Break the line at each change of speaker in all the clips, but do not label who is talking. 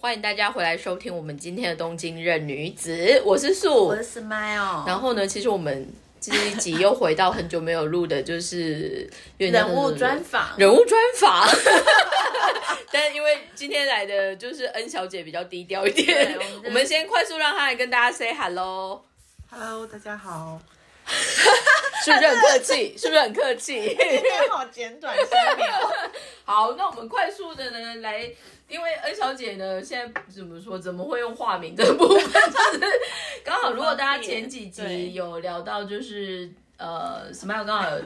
欢迎大家回来收听我们今天的《东京任女子》，我是素，
我是 Smile。
然后呢，其实我们这一集又回到很久没有录的，就是
人物专访，
人物专访。 但因为今天来的就是恩小姐比较低调一点，
对
我们先快速让她来跟大家 say hello，
Hello，大家好。
是不是很客气？是不是很客气？
好简短三秒。
好，那我们快速的呢来，因为恩小姐呢现在怎么说，怎么会用化名这部分， 就是刚好如果大家前几
对
集有聊到，就是呃，Smile 刚好有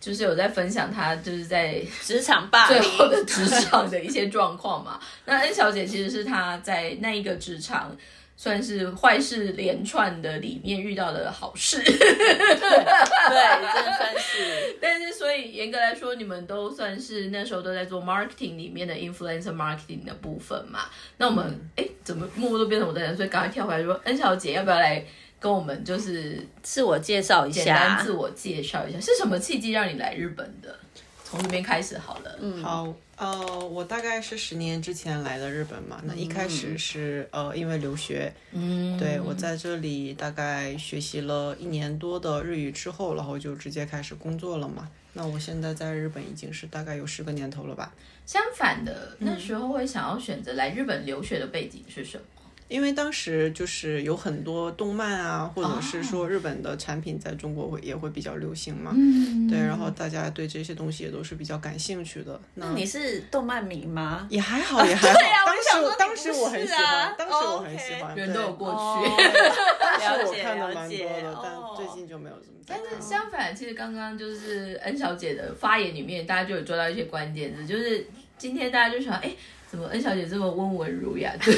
就是有在分享她就是在
职场霸
最
凌，
后的职场的一些状况嘛。那恩小姐其实是她在那一个职场。算是坏事连串的里面遇到的好事，
对，真的算是
但是所以严格来说，你们都算是那时候都在做 marketing 里面的 influencer marketing 的部分嘛。那我们
嗯
哎、诶怎么默默都变成我的人？所以赶快跳回来说，恩小姐要不要来跟我们就是
自我介绍一
简单
下
自。我介绍一下，是什么契机让你来日本的？从这边开始好了。嗯，
好，呃，我大概是十年之前来了日本嘛。那一开始是、呃，因为留学，嗯，对我在这里大概学习了一年多的日语之后，然后就直接开始工作了嘛。那我现在在日本已经是大概有十个年头了吧。
相反的，
嗯
那时候会想要选择来日本留学的背景是什么？
因为当时就是有很多动漫啊，或者是说日本的产品在中国会也会比较流行嘛，
嗯，
对，然后大家对这些东西也都是比较感兴趣的。那
你是动漫迷吗？
也还 好，也还好。
啊
我就想说
当
你
时当时我很
不是
喜欢，
啊
当时我很喜
哦
欢，
人都有过去。
当
了
时我
解
看的
了
蛮
解
多的，
哦
但最近就没有怎么再
但
嗯
看了。
是相反，其实刚刚就是恩小姐的发言里面，大家就有抓到一些关键字，就是今天大家就想，哎，怎么恩小姐这么温文儒雅？对，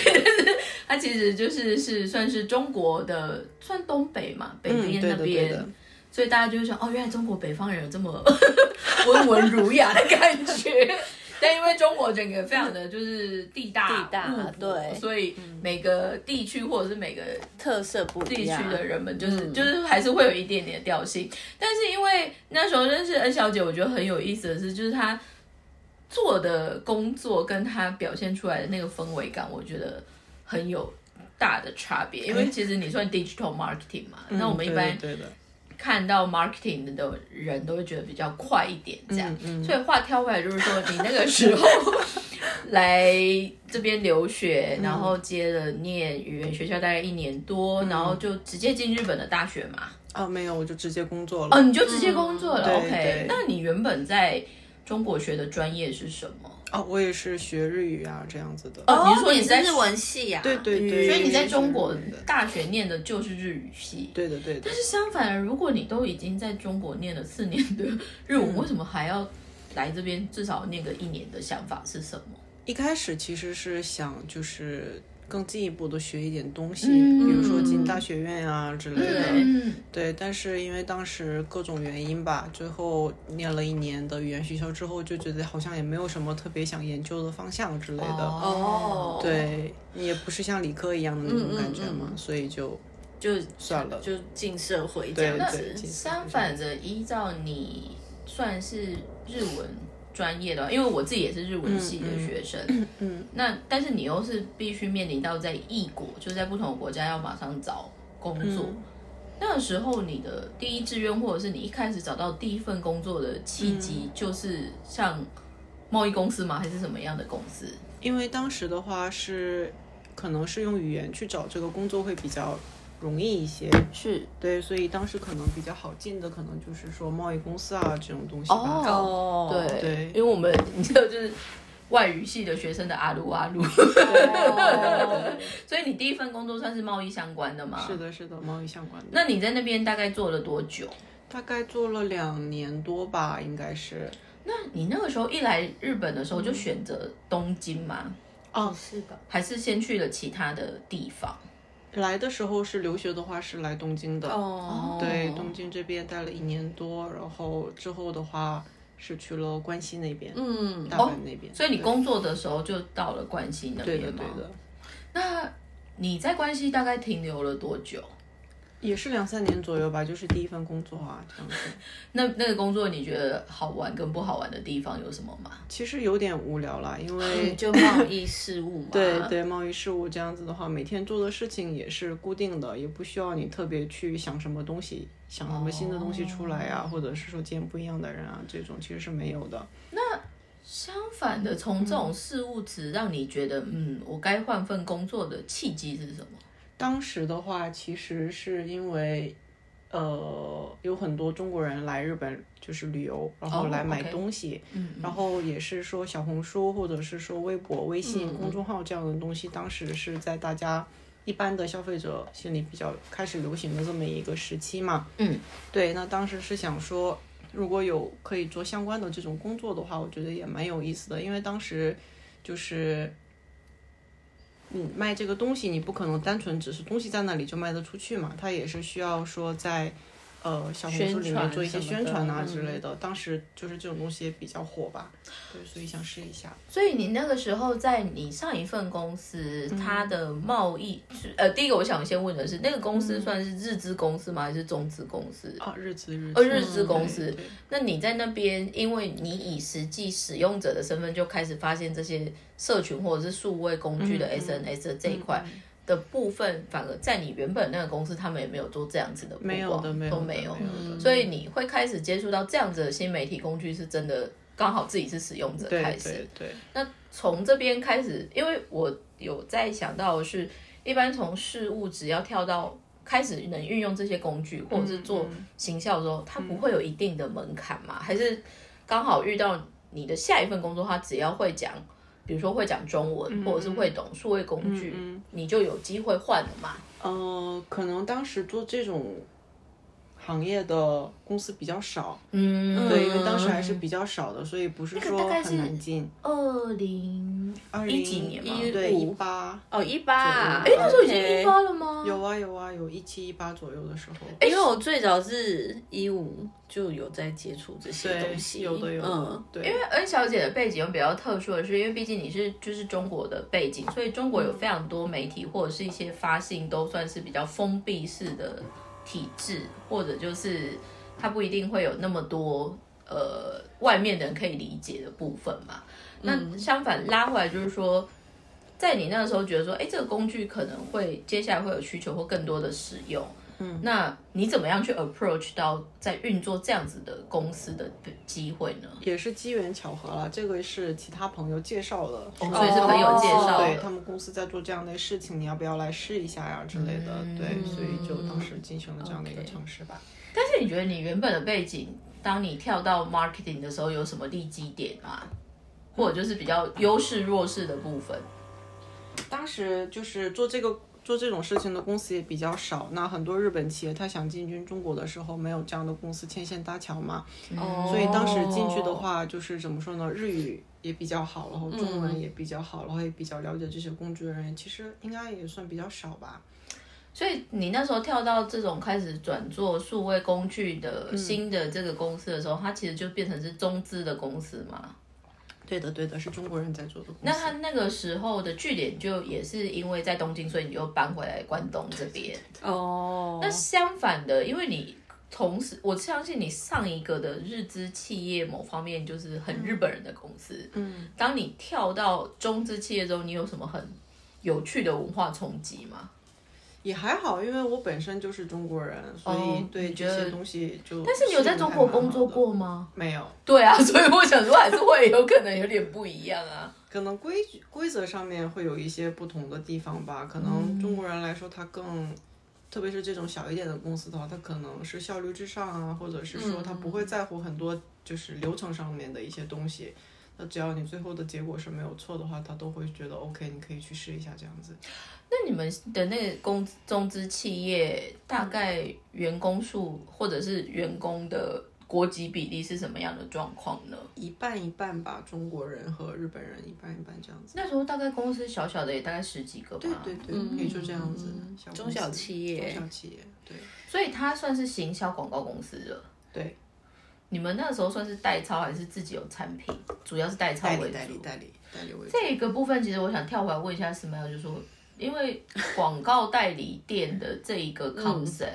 她其实就是是算是中国的，算东北嘛，北
嗯，
边
对
那
的对
边，
的，
所以大家就会想，哦，原来中国北方人有这 么温文儒雅的感觉。但因为中国整个非常的就是地大
地大
物博
对
所以每个地区或者是每个
特色不一
地
样
区。的人们，就是、
嗯
就是还是会有一点点调性。但是因为那时候认识恩小姐，我觉得很有意思的是，就是她做的工作跟她表现出来的那个氛围感，我觉得很有大的差别。因为其实你算 digital marketing 嘛，那我们一
哎嗯对
般
的对的，
看到 marketing 的人都会觉得比较快一点，这样。
嗯嗯
所以话挑回来，就是说你那个时 候来这边留学，
嗯
然后接了念语言学校大概一年多，
嗯
然后就直接进日本的大学嘛。
啊，没有，我就直接工作
哦，
了。
你就直接工作了。
嗯
OK，
对对
那你原本在中国学的专业是什么？
哦，我也是学日语啊，这样子的。
哦你
哦
是，说你
你
在
是日文系啊呀？
对对对，
所以你在
是
中国
日语的
大学念的就是日语系。
对的对的
但。是相反，如果你都已经在中国念了四年的日
嗯
文，为什么还要来这边至少念个一年的想法是什么？
一开始其实是想就是更进一步的学一点东西，
嗯
比如说进大学院啊之类的。
对
嗯，
对，但是因为当时各种原因吧，最后念了一年的语言学校之后，就觉得好像也没有什么特别想研究的方向之类的。
哦，
对，也不是像理科一样的那种感觉嘛，
嗯嗯嗯
所以就
就
算了。
就进社会这样
那
对对
子。
相反的，依照你算是日文专业的话，因为我自己也是日文系的学生，嗯，那但是你又是必须面临到在异国，就是在不同的国家要马上找工作。那个时候，你的第一志愿，或者是你一开始找到第一份工作的契机，就是像贸易公司吗？还是什么样的公司？
因为当时的话是，可能是用语言去找这个工作会比较容易一些。
是
对，所以当时可能比较好进的，可能就是说贸易公司啊这种东西吧。
哦，
对
对
因为我们你知道，就是外语系的学生的阿鲁阿鲁，
哦
所以你第一份工作算是贸易相关的吗？
是。的，是的，贸易相关的。
那你在那边大概做了多久？
大概做了两年多吧，应该是。
那你那个时候一来日本的时候就选择东京吗？
哦，
是吧？
还是先去了其他的地方？
来的时候是留学的话是来东京的，
哦，
对，东京这边待了一年多，然后之后的话是去了关西那边，
嗯，
大阪那边。
哦所以你工作的时候就到了关西那
对
边
对的
吗？
对的，
那你在关西大概停留了多久？
也是两三年左右吧，就是第一份工作啊，这样子。
那那个工作你觉得好玩跟不好玩的地方有什么 吗？
其实有点无聊啦，因为
就贸易事务嘛。
对对，贸易事务这样子的话，每天做的事情也是固定的，也不需要你特别去想什么东西，想什么新的东西出来
哦
啊，或者是说见不一样的人啊，这种其实是没有的。
相反的，从这种事务职让你觉得，嗯，我该换份工作的契机是什么？
当时的话，其实是因为，呃，有很多中国人来日本就是旅游，然后
哦
来买
OK 嗯
东西，然后也是说小红书或者是说微博、微信
嗯
公众号这样的东西，当时是在大家一般的消费者心里比较开始流行的这么一个时期嘛。
嗯，
对，那当时是想说，如果有可以做相关的这种工作的话，我觉得也蛮有意思的，因为当时就是。你卖这个东西，你不可能单纯只是东西在那里就卖得出去嘛，它也是需要说在，呃，小红书里
宣传
面做一些
什么
宣
的
传啊
嗯
之类的。当时就是这种东西也比较火吧，对，所以想试一下。
所以你那个时候在你上一份公司，它的贸易是，呃，第一个我想先问的是，那个公司算是日资公司吗？还是中资公司？
啊，日资日
哦
资
日资公司
嗯对对
那你在那边，因为你以实际使用者的身份就开始发现这些社群或者是数位工具的
嗯嗯嗯
SNS 的这一块的部分，反而在你原本那个公司，他们也没有做这样子的曝光，
没有的，没有
都
的嗯
没有。
的
所以你会开始接触到这样子的新媒体工具，是真的刚好自己是使用者
对
开始。
对对，
那从这边开始，因为我有在想到的是，一般从事物只要跳到开始能运用这些工具，或者是做行销的时候，它不会有一定的门槛嘛？还是刚好遇到你的下一份工作，它只要会讲，比如说会讲中文，或者是会懂数位工具，你就有机会换了嘛？
呃，可能当时做这种行业的公司比较少，
嗯
对，因为当时还是比较少的，所以不是
大
说
概
很
是
难进。
二零
二零
一几年嘛，
对，
15
一八
哦，一八，
哎，那时候已经
OK
一八了吗？
有啊有啊，有一七一八左右的时候。
因为我最早是一五就有在接触这些东西，
有的有的，
嗯，
对，
因为 N 小姐的背景又比较特殊的是，因为毕竟你是就是中国的背景，所以中国有非常多媒体或者是一些发信都算是比较封闭式的体制，或者就是它不一定会有那么多呃外面的人可以理解的部分嘛。那相反拉回来就是说，在你那个时候觉得说，哎，这个工具可能会接下来会有需求或更多的使用。嗯，那你怎么样去 approach 到在运作这样子的公司的机会呢？
也是机缘巧合啦，这个是其他朋友介绍的，
哦所以是朋友介绍的
对他们公司在做这样的事情，你要不要来试一下呀之类的，对，所以就当时进行了这样的一个
嗯 OK
尝试吧。
但是你觉得你原本的背景，当你跳到 marketing 的时候，有什么利基点吗？或者就是比较优势弱势的部分？
当时就是做这个做这种事情的公司也比较少，那很多日本企业他想进军中国的时候，没有这样的公司牵线搭桥嘛，
嗯
哦
所以当时进去
哦
的话，就是怎么说呢，日语也比较好，然后中
嗯
文也比较好，然后也比较了解这些工具的人，其实应该也算比较少吧。
所以你那时候跳到这种开始转做数位工具的新的这个公司的时候，它其实就变成是中资的公司嘛。
对的，对的，是中国人在做的公司。
那它那个时候的据点就也是因为在东京，所以你又搬回来关东这边。
哦，
那相反的，因为你同时，我相信你上一个的日资企业某方面就是很日本人的公司，嗯，当你跳到中资企业之后，你有什么很有趣的文化冲击吗？
也还好，因为我本身就是中国人，所以
哦
对
你
这
觉得
些东西就。
但是你有在中国工作
适应得还蛮好的？
过吗？
没有，
对啊，所以我想说还是会有可能有点不一样啊。
可能规矩规则上面会有一些不同的地方吧。可
嗯
能中国人来说，他更，特别是这种小一点的公司的话，他可能是效率至上啊，或者是说他
嗯
不会在乎很多就是流程上面的一些东西。那只要你最后的结果是没有错的话，他都会觉得 OK，你可以去试一下这样子。
那你们的那个公中资企业大概员工数或者是员工的国籍比例是什么样的状况
嗯
呢？
一半一半吧，中国人和日本人一半一半这样子。
那时候大概公司小小的也大概十几个吧，
对对对，也就这样子。小
嗯
公
中小
司
企业
中小企业，对。
所以它算是行销广告公司了。
对，
你们那时候算是代操还是自己有产品？主要是代操
代
为
理
主。
代理代理代理为主。
这个部分其实我想跳回来
嗯
问一下 Smile，就说，因为广告代理店的这一个 concept，、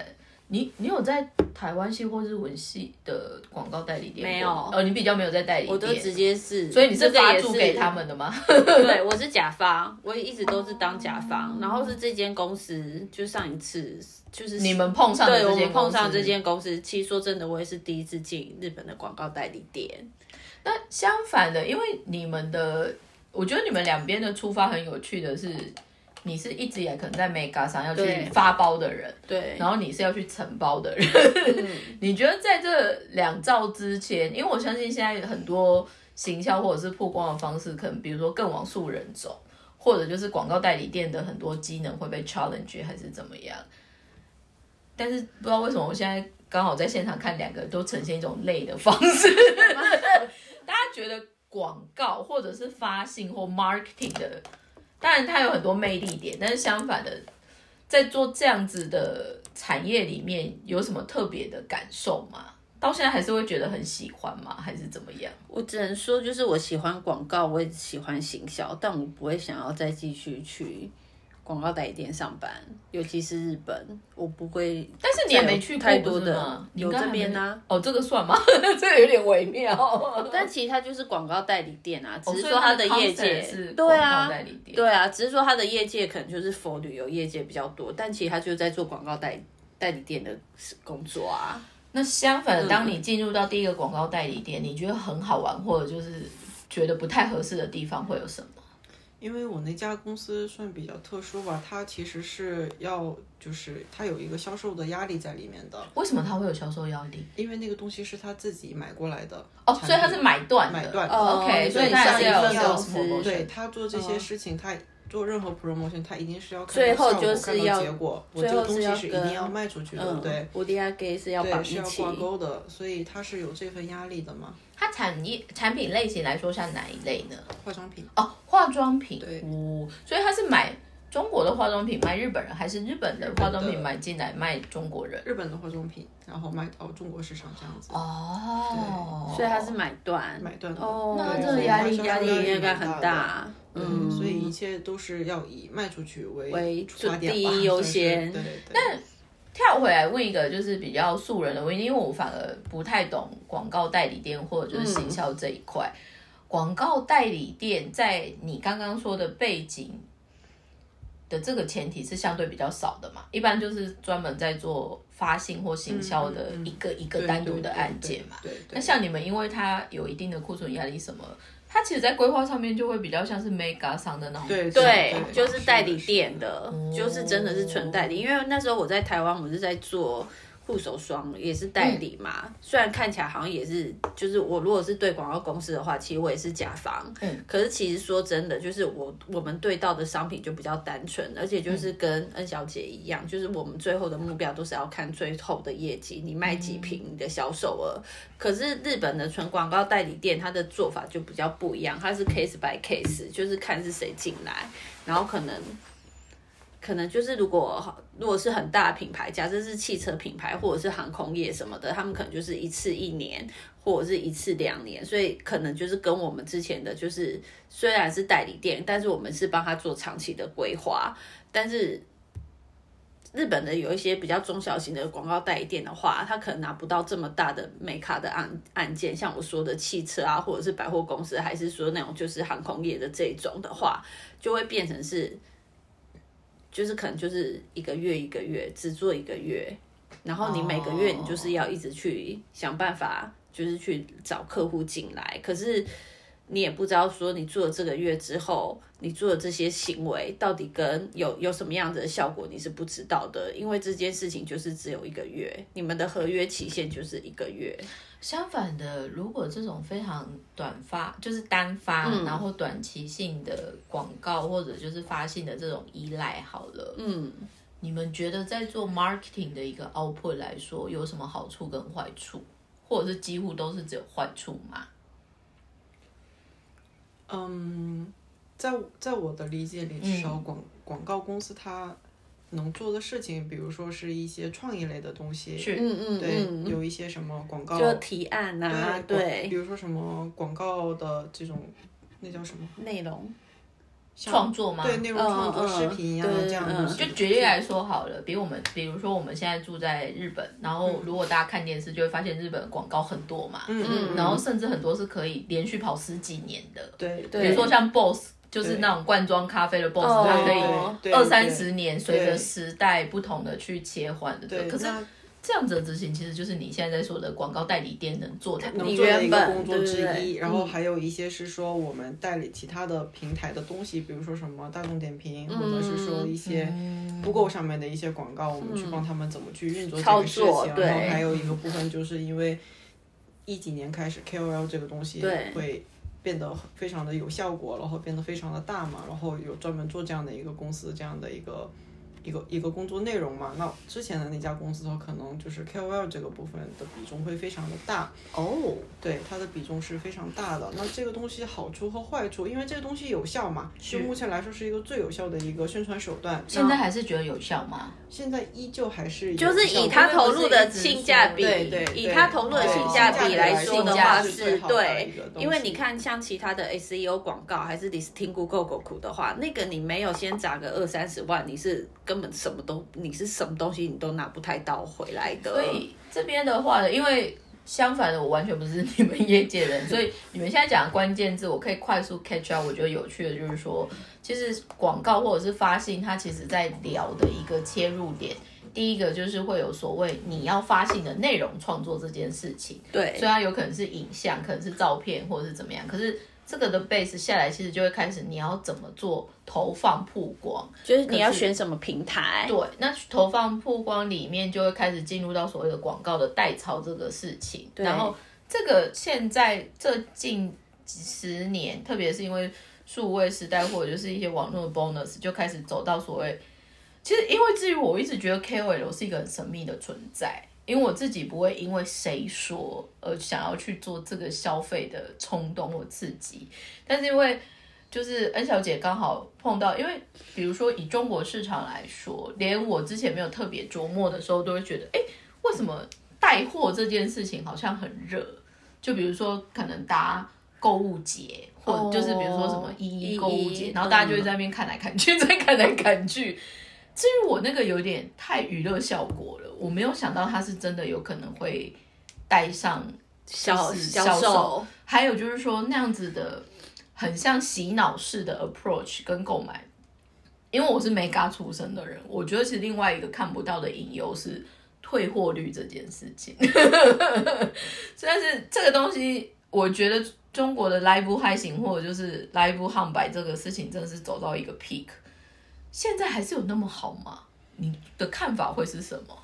你你有在台湾系或日文系的广告代理店过
没有
哦，你比较没有在代理店，
我都直接是，
所以你是
这个
发
也
注
是
给他们的吗？
对，我是甲方，我一直都是当甲方，然后是这间公司，就上一次就是
你们碰上的
对
这
我
间
们碰上
公司
这间公司，其实说真的，我也是第一次进日本的广告代理店。
那相反的，因为你们的，我觉得你们两边的出发很有趣的是，你是一直也可能在 mega 上要去
对
发包的人，
对，嗯
然后你是要去承包的人。 你觉得在这两兆之前，因为我相信现在很多行销或者是曝光的方式，可能比如说更往素人走，或者就是广告代理店的很多机能会被 challenge 还是怎么样。但是不知道为什么，我现在刚好在现场看两个都呈现一种累的方式。大家觉得广告或者是发信或 marketing 的，当然它有很多魅力点，但是相反的，在做这样子的产业里面，有什么特别的感受吗？到现在还是会觉得很喜欢吗？还是怎么样？
我只能说，就是我喜欢广告，我也喜欢行销，但我不会想要再继续去广告代理店上班，尤其是日本，我不会。
但是你也没去过
太多
不是
的
吗，你
有
刚才
这边啊
还没
呢、
哦，这个算吗？ 这个有点微妙。
哦但其实它就是广告代理店啊，只是
哦所以它
说它的
的
业
concept
界
是
对
广
啊
告代理店，
对啊，只是说它的业界可能就是否旅游业界比较多，但其实它就是在做广告代代理店的工作啊。
那相反的，当你进入到第一个广告代理店，你觉得很好玩，或者就是觉得不太合适的地方会有什么？
因为我那家公司算比较特殊吧，它其实是要就是它有一个销售的压力在里面的，
为什么它会有销售压力？
因为那个东西是他自己买过来的
哦，
产
所以它
品
是买断的，
买断的
哦 OK，
对
所以它
上
还是
上一
要
份
要
的
s p o
公司
对他做这些事情，他做任何 promotion，他一定是要看到
最后
效果
就是
看到
要
结果，我
最
这个
后
东
是
西
要
是一
跟
定要卖出去的，对，
我的 i g 是要绑
对，
一
是要
起，
挂钩的，所以他是有这份压力的嘛。
它产业产品类型来说像哪一类呢？
化妆品
哦，化妆品，
对
哦，所以它是买中国的化妆品卖日本人，还是日本的
本的
化妆品买进来卖中国人？
日本的化妆品，然后卖到中国市场这样子，
哦，
所以它是买断，
买断的
哦，
那
对
这个
所以
压
它
力
销售
压
压
力
力应
蛮
该很
大
大，
的。
嗯，
对，所以一切都是要以卖出去为
为
出发
最
点
第
吧
一优
算是
先
对对。但
跳回来问一个就是比较素人的问题，因为我反而不太懂广告代理店或者就是行销这一块。广告代理店在你刚刚说的背景的这个前提是相对比较少的嘛，一般就是专门在做发信或行销的
嗯嗯嗯
一个一个单独的案件嘛。
对，对
那像你们，因为它有一定的库存压力什么，它其实在规划上面就会比较像是 mega 上的那种。
对
对
对，
就是代理
是的
店的，就是真的是纯代理。因为那时候我在台湾，我是在做护手霜，也是代理嘛。虽然看起来好像也是，就是我如果是对广告公司的话，其实我也是甲方。
嗯
可是其实说真的，就是我我们对到的商品就比较单纯，而且就是跟恩小姐一样，就是我们最后的目标都是要看最后的业绩，你卖几瓶，你的销售额。可是日本的纯广告代理店，它的做法就比较不一样，它是 case by case，就是看是谁进来，然后可能。可能就是如果如果是很大的品牌，假设是汽车品牌或者是航空业什么的，他们可能就是一次一年或者是一次两年，所以可能就是跟我们之前的就是虽然是代理店，但是我们是帮他做长期的规划，但是。日本的有一些比较中小型的广告代理店的话，他可能拿不到这么大的美卡的案案件，像我说的汽车啊，或者是百货公司，还是说那种就是航空业的这种的话，就会变成是就是可能就是一个月一个月只做一个月，然后你每个月
哦
你就是要一直去想办法，就是去找客户进来，可是你也不知道说你做了这个月之后，你做的这些行为到底跟有有什么样子的效果，你是不知道的，因为这件事情就是只有一个月，你们的合约期限就是一个月，
相反的，如果这种非常短发，就是单发，
嗯
然后短期性的广告或者就是发信的这种依赖，好了，
嗯。
你们觉得在做 marketing 的一个 output 来说，有什么好处跟坏处，或者是几乎都是只有坏处吗？
嗯，在我在我的理解里，至少
嗯
广、广告公司它能做的事情，比如说是一些创意类的东西，
是
嗯嗯
对，
嗯，
有一些什么广告，
就提案啊，
对广
对，
比如说什么广告的这种，那叫什么
内容
创作吗？
对内容创作、
嗯嗯
视频呀、
对
这样
嗯
的东西。
就举例来说好了，比我们，比如说我们现在住在日本，然后如果大家看电视就会发现日本广告很多嘛，
嗯嗯嗯
然后甚至很多是可以连续跑十几年的，
对
比
对
如说像 Boss，就是那种罐装咖啡的 Boss，
哦
它可以
对对
二三十年随着
对
时代不同的去切换的，
对，
可是
那
这样子的执行其实就是你现在在说的广告代理店能做的，
能
你
做的一
原
个
本
工作
对
之一，
对对嗯
然后还有一些是说我们代理其他的平台的东西，比如说什么大众点评，或者是说一些 Google 上面的一些广告，我们去帮他们怎么去运作
嗯
这
操
个事
作
情。
对
然后还有一个部分就是因为一几年开始 KOL 这个东西
对
会。变得非常的有效果，然后变得非常的大嘛，然后有专门做这样的一个公司，这样的一个一个一个工作内容嘛。那之前的那家公司，它可能就是 KOL 这个部分的比重会非常的大，
哦，
对它的比重是非常大的。那这个东西好处和坏处，因为这个东西有效嘛，就目前来说是一个最有效的一个宣传手段。
现在还是觉得有效吗？
现在依旧还是
就
就是
以他投入的性价比，
对对对
以他投入的性价比来说的话
对
是
性价比来说是最好的
对
一个，东西
因为你看像其他的 SEO 广告还是 listing Google 狗苦的话，那个你没有先涨个二三十万，你是根本什么都你是什么东西你都拿不太到回来的。
所以这边的话呢，因为相反的，我完全不是你们业界人， 所以你们现在讲的关键字，我可以快速 catch up。我觉得有趣的就是说，其实广告或者是发信，它其实在聊的一个切入点。第一个就是会有所谓你要发信的内容创作这件事情，
对
所以它有可能是影像，可能是照片，或者是怎么样。可是这个的 base 下来，其实就会开始你要怎么做投放曝光，
就是你要选什么平台，
对，那投放曝光里面就会开始进入到所谓的广告的代操这个事情。然后这个现在这近几十年，特别是因为数位时代或者就是一些网络的 bonus，就开始走到所谓，其实因为至于我一直觉得 KOL 是一个很神秘的存在。因为我自己不会因为谁说而想要去做这个消费的冲动或刺激，但是因为就是 N 小姐刚好碰到，因为比如说以中国市场来说，连我之前没有特别琢磨的时候，都会觉得，哎，为什么带货这件事情好像很热？就比如说可能搭购物节，或
哦
就是比如说什么一
一
一
一
购物节，
嗯
然后大家就会在那边看来看去， 再看来看去。至于我那个有点太娱乐效果了，我没有想到它是真的有可能会带上
销
就是
销
销
售
售，还有就是说那样子的，很像洗脑式的 approach 跟购买。因为我是没嘎出身的人，我觉得其实另外一个看不到的隐忧是退货率这件事情。 但是这个东西，我觉得中国的 live 嗨型或者就是 live 汉白这个事情，真的是走到一个 peak。现在还是有那么好吗？你的看法会是什么？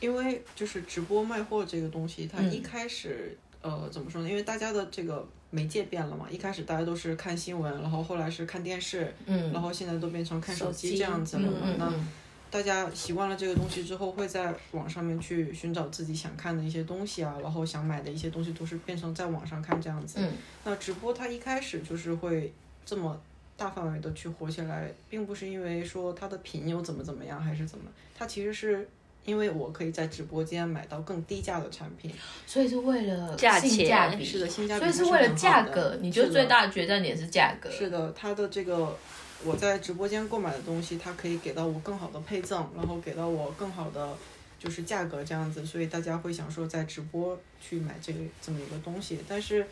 因为就是直播卖货这个东西，它一开始、呃怎么说呢？因为大家的这个媒介变了嘛，一开始大家都是看新闻，然后后来是看电视，
嗯
然后现在都变成看手
手
机
机
这样子了
嗯
嘛。
嗯
那
嗯，
大家习惯了这个东西之后，会在网上面去寻找自己想看的一些东西啊，然后想买的一些东西都是变成在网上看这样子。
嗯
那直播它一开始就是会这么大范围的去火起来，并不是因为说它的品有怎么怎么样还是怎么，它其实是因为我可以在直播间买到更低价的产品。
所以是为了
价
性
钱
价比，
是的，性价比
所以
还
是
是
为了
很好
价
的
格，你觉得
是
最
的
大的决战点是价格。
是的，它的这个我在直播间购买的东西，它可以给到我更好的配赠，然后给到我更好的就是价格这样子，所以大家会想说在直播去买这个这么一个东西。但是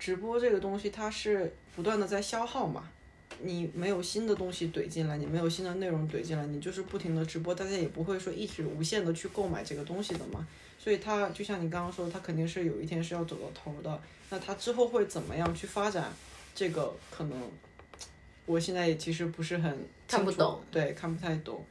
直播这个东西，它是不断的在消耗嘛。你没有新的东西怼进来，你没有新的内容怼进来，你就是不停的直播，大家也不会说一直无限的去购买这个东西的嘛。所以它就像你刚刚说的，它肯定是有一天是要走到头的。那它之后会怎么样去发展？这个可能我现在也其实不是很
看不
清楚
懂，
对，看不太懂。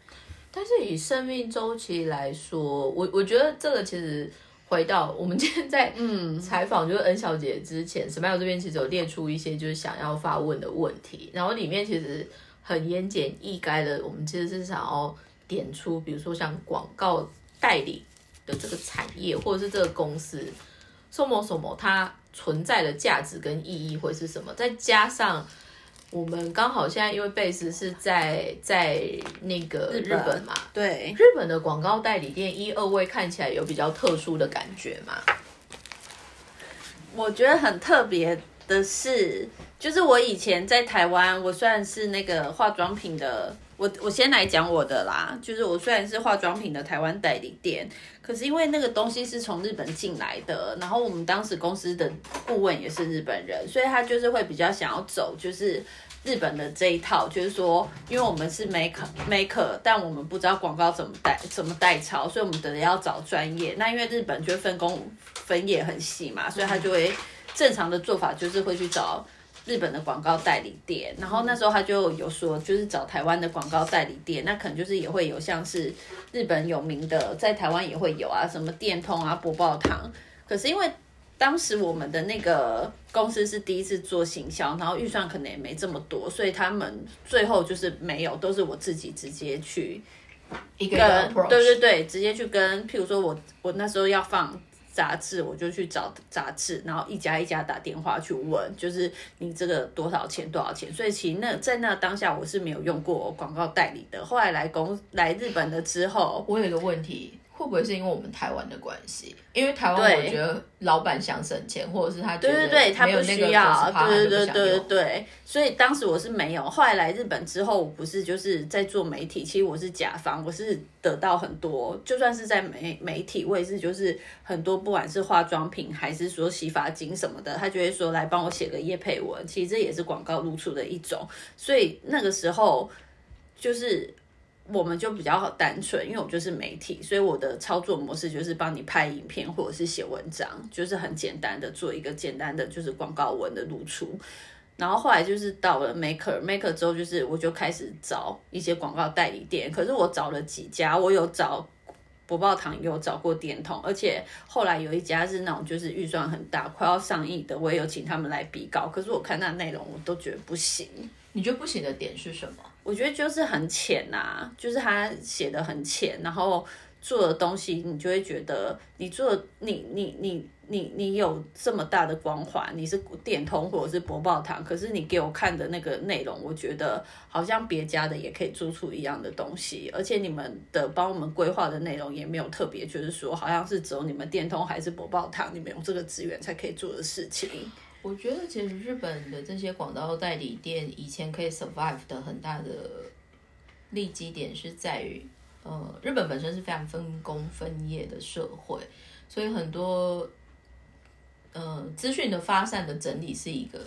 但是以生命周期来说，我我觉得这个其实回到我们今天在嗯采访就是 N 小姐之前，Smile 这边其实有列出一些就是想要发问的问题，然后里面其实很言简意赅的，我们其实是想要点出，比如说像广告代理的这个产业，或者是这个公司，什么什么它存在的价值跟意义会是什么，再加上。我们刚好现在因为贝斯是在在那个
日
日
本
本嘛，
对，
日本的广告代理店一二位看起来有比较特殊的感觉嘛？
我觉得很特别的是，就是我以前在台湾，我虽然是那个化妆品的，我我先来讲我的啦，就是我虽然是化妆品的台湾代理店，可是因为那个东西是从日本进来的，然后我们当时公司的顾问也是日本人，所以他就是会比较想要走就是。日本的这一套，就是说，因为我们是 maker maker，但我们不知道广告怎么代怎么代抄，所以我们得要找专业。那因为日本就分工分业很细嘛，所以他就会正常的做法就是会去找日本的广告代理店，然后那时候他就有说，就是找台湾的广告代理店，那可能就是也会有像是日本有名的，在台湾也会有啊，什么电通啊、博报堂。可是因为当时我们的那个公司是第一次做行销，然后预算可能也没这么多，所以他们最后就是没有，都是我自己直接去
一个
跟
approach，
对对对，直接去跟，譬如说我我那时候要放杂志，我就去找杂志，然后一家一家打电话去问，就是你这个多少钱多少钱。所以其实那在那当下我是没有用过广告代理的。后来来公来日本了之后，
我有一个问题，会不会是因为我们台湾的关系？因为台湾
对
我觉得老板想省钱，或者是他觉
对对
得
对，他
没有
不
那
需
个
要，
cost part，他
对对对
就不想
对对
用
对，所以当时我是没有。后来来日本之后，我不是就是在做媒体，其实我是甲方，我是得到很多，就算是在媒媒体，我也是就是很多，不管是化妆品还是说洗发精什么的，他就会说来帮我写个业配文，其实这也是广告露出的一种。所以那个时候就是我们就比较好单纯，因为我就是媒体，所以我的操作模式就是帮你拍影片或者是写文章，就是很简单的做一个简单的就是广告文的露出。然后后来就是到了 Maker Maker 之后，就是我就开始找一些广告代理店，可是我找了几家，我有找博报堂，也有找过电通，而且后来有一家是那种就是预算很大，快要上亿的，我也有请他们来比稿，可是我看那内容我都觉得不行。
你觉得不行的点是什么？
我觉得就是很浅呐、就是他写的很浅，然后做的东西你就会觉得你做你你你你你有这么大的光环，你是电通或者是博报堂，可是你给我看的那个内容，我觉得好像别家的也可以做出一样的东西，而且你们的帮我们规划的内容也没有特别，就是说好像是只有你们电通还是博报堂，你们有这个资源才可以做的事情。
我觉得其实日本的这些广告代理店以前可以 survive 的很大的利基点是在于，呃，日本本身是非常分工分业的社会，所以很多呃资讯的发散的整理是一个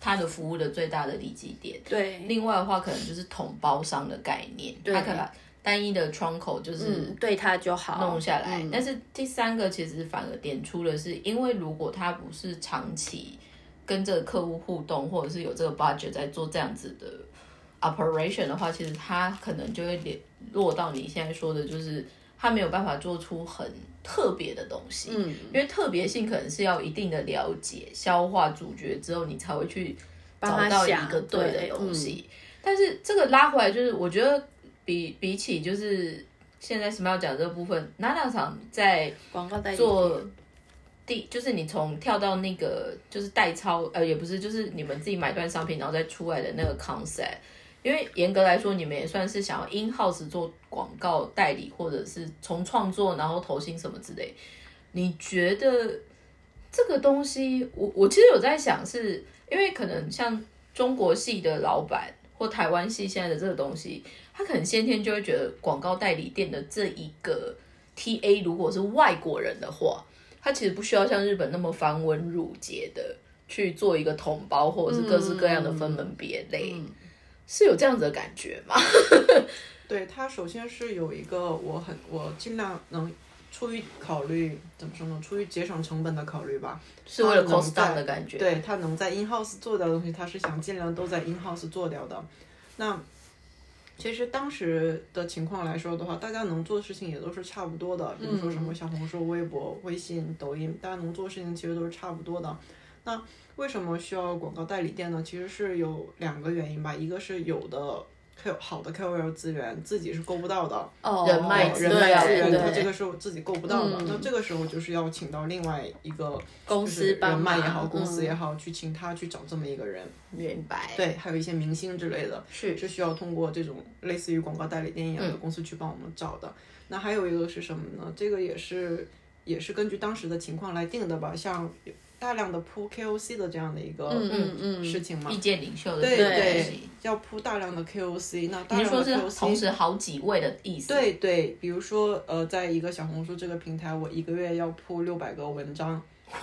它的服务的最大的利基点。
对，
另外的话，可能就是统包商的概念，它可能单一的窗口就是
嗯，对他就好
弄下来。
嗯
但是第三个其实反而点出的是，因为如果他不是长期跟这个客户互动，或者是有这个 budget 在做这样子的 operation 的话，其实他可能就会连落到你现在说的，就是他没有办法做出很特别的东西。嗯，因为特别性可能是要一定的了解、消化、咀嚼之后，你才会去找
他
到
想
一个对的
对嗯
东西。但是这个拉回来，就是我觉得比比起就是现在 Smile 讲这个部分，娜娜厂在
广告代理
做
店
第，就是你从跳到那个就是代抄，呃，也不是，就是你们自己买断商品，然后再出来的那个 concept。因为严格来说，你们也算是想要 in house 做广告代理，或者是从创作然后投薪什么之类。你觉得这个东西，我我其实有在想是，因为可能像中国系的老板或台湾系现在的这个东西，他可能先天就会觉得广告代理店的这一个 TA 如果是外国人的话，他其实不需要像日本那么繁文缛节的去做一个统包或者是各式各样的分门别类，是有这样子的感觉吗？
对它首先是有一个我很我尽量能出于考虑怎么说呢？出于节省成本的考虑吧，
是为了
它能
cost
在
down 的感觉。
对他能在 in house 做掉的东西，他是想尽量都在 in house 做掉的。那其实当时的情况来说的话，大家能做的事情也都是差不多
嗯
的，比如说什么小红书、微博、微信、抖音，大家能做的事情其实都是差不多的。那为什么需要广告代理店呢？其实是有两个原因吧，一个是有的 K 好的 KOL 资源自己是够不到的，
哦
人脉
有
资
人脉资
对
源，
对
他
对嗯
这个是我自己够不到的。那这个时候就是要请到另外一个
公
就是
司帮
人脉也
忙
好，公司也
嗯
好，去请他去找这么一个人。
明白。
对，还有一些明星之类的，
是嗯
是需要通过这种类似于广告代理店一样的公司去帮我们找的。那还有一个是什么呢？这个也是也是根据当时的情况来定的吧。像大量的铺 KOC 的这样的一个
嗯嗯
事情嘛
意。见领袖的
对
这个东
对
西。，
要铺大量的 KOC，那大
你
量
说
的
是
KOC
同时好几位的意思？，
对对，比如说呃，在一个小红书这个平台，我一个月要铺六百个文章，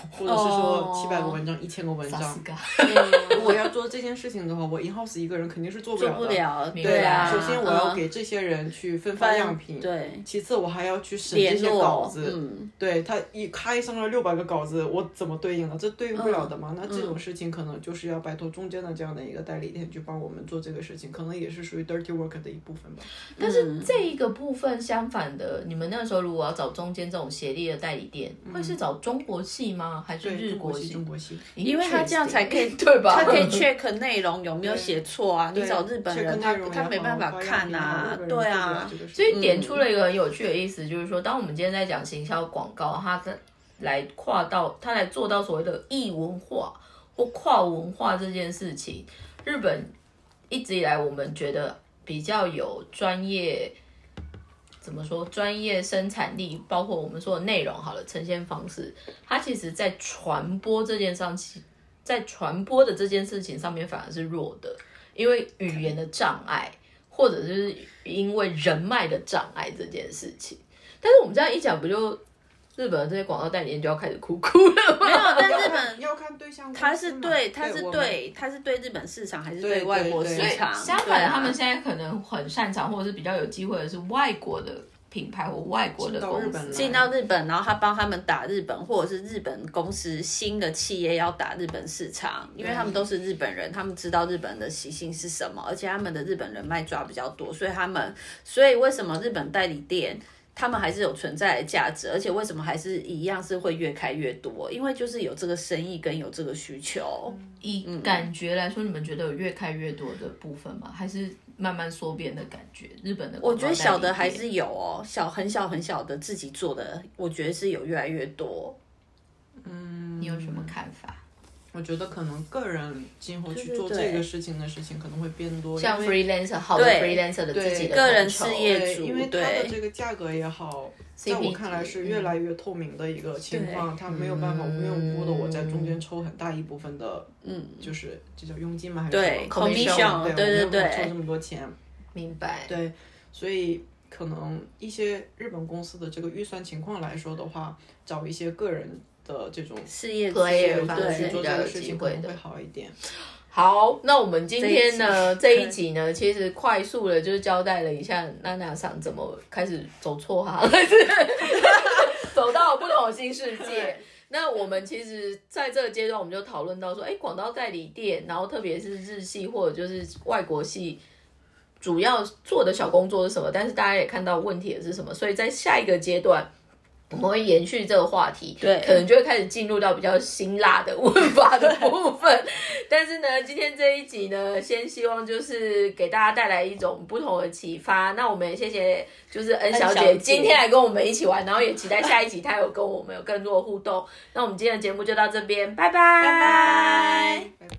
或者是说
哦
七百个文章、一千个文
萨
章
斯。嘎，
如果要做这件事情的话，我 in house 一个人肯定是嗯做不
做
了
不
的。
了，
对
啊。
首先我要
嗯
给这些人去分发样品，
对，
其次我还要去审这
联
些
络
稿子。
嗯，
对他一开上了六百个稿子，我怎么对应呢？这对应不了的
嗯
嘛。那这种事情可能就是要拜托中间的这样的一个代理店去帮我们做这个事情，可能也是属于 dirty work 的一部分吧。
但是这一个部分相反的，你们那时候如果要找中间这种协力的代理店，会是找中国系吗？还是
对，
日
中国系，
系？
中国系。
因
为他这样才 可以
对吧？
他可以 check 内容有没有写错啊？你找日本
嗯 check
人，
内
他
容
他
也
没
好
办法
花样
看
也好
啊
日本人，做不
对
了
啊
这，个事
所以
情
点出了一个很有趣的意思，就是说，当我们今天在讲行销广告，它的来跨到它来做到所谓的异文化或跨文化这件事情，日本一直以来我们觉得比较有专业。怎么说？专业生产力，包括我们说的内容，好了，呈现方式，它其实在传播这件上，在传播的这件事情上面反而是弱的，因为语言的障碍，或者是因为人脉的障碍这件事情。但是我们这样一讲，不就日本的这些广告代理人就要开始哭哭了吗？
没有，但
要
日
看
本
要看对象公司嘛，
他是对，他是
我们
对，他是对日本市场还是
对
对外
对
国
对
市
所以
场？
相
对
反的，
啊
他们现在可能很擅长，或者是比较有机会的是外国的品牌或外国的
进到
公
日本
司。
来
进到日本，然后他帮他们打日本，或者是日本公司新的企业要打日本市场，因为他们都是日本人，他们知道日本的习性是什么，而且他们的日本人脉抓比较多，所以他们，所以为什么日本代理店？他们还是有存在的价值，而且为什么还是一样是会越开越多？因为就是有这个生意跟有这个需求，
嗯
嗯
以感觉来说，你们觉得有越开越多的部分吗？还是慢慢缩变的感觉？日本的广告
我觉得小的
代
还
理店
是有哦，小很小很小的自己做的，我觉得是有越来越多。
你有什么看法？
我觉得可能个人今后去做
对对对
这个事情的事情可能会变多，
像
因为
freelancer 好的
嗯对
freelancer 的自己的
对个人
统筹
事业
对，
主
因为它的
对
这个价格也好，在我看来是
嗯
越来越透明的一个情况，它没有办法无缘无故的我在中间抽很大一部分的，嗯，就是这叫佣金吗？还是
对
什么
commission，
对
对对
我没有办法
对
抽这么多钱，
明白。
对，所以可能一些日本公司的这个预算情况来说的话，找一些个人的这种
事业
可以
主
发
对
现
去做这个事情可能
比较有机会的
会好一点。
好，那我们今天呢这
这一集
一集呢，其实快速的就是交代了一下娜娜桑怎么开始走错行，还是 走到不同的新世 界。那我们其实在这个阶段，我们就讨论到说，哎，广告代理店，然后特别是日系或者就是外国系，主要做的小工作是什么？但是大家也看到问题也是什么，所以在下一个阶段。我们会延续这个话题，
对
可能就会开始进入到比较辛辣的问法的部分。 但是呢，今天这一集呢，先希望就是给大家带来一种不同的启发。那我们也谢谢就是恩小
恩小
姐
姐
今天来跟我们一起玩，然后也期待下一集她有跟我们有更多的互动。那我们今天的节目就到这边，拜拜，拜
拜拜。
拜拜。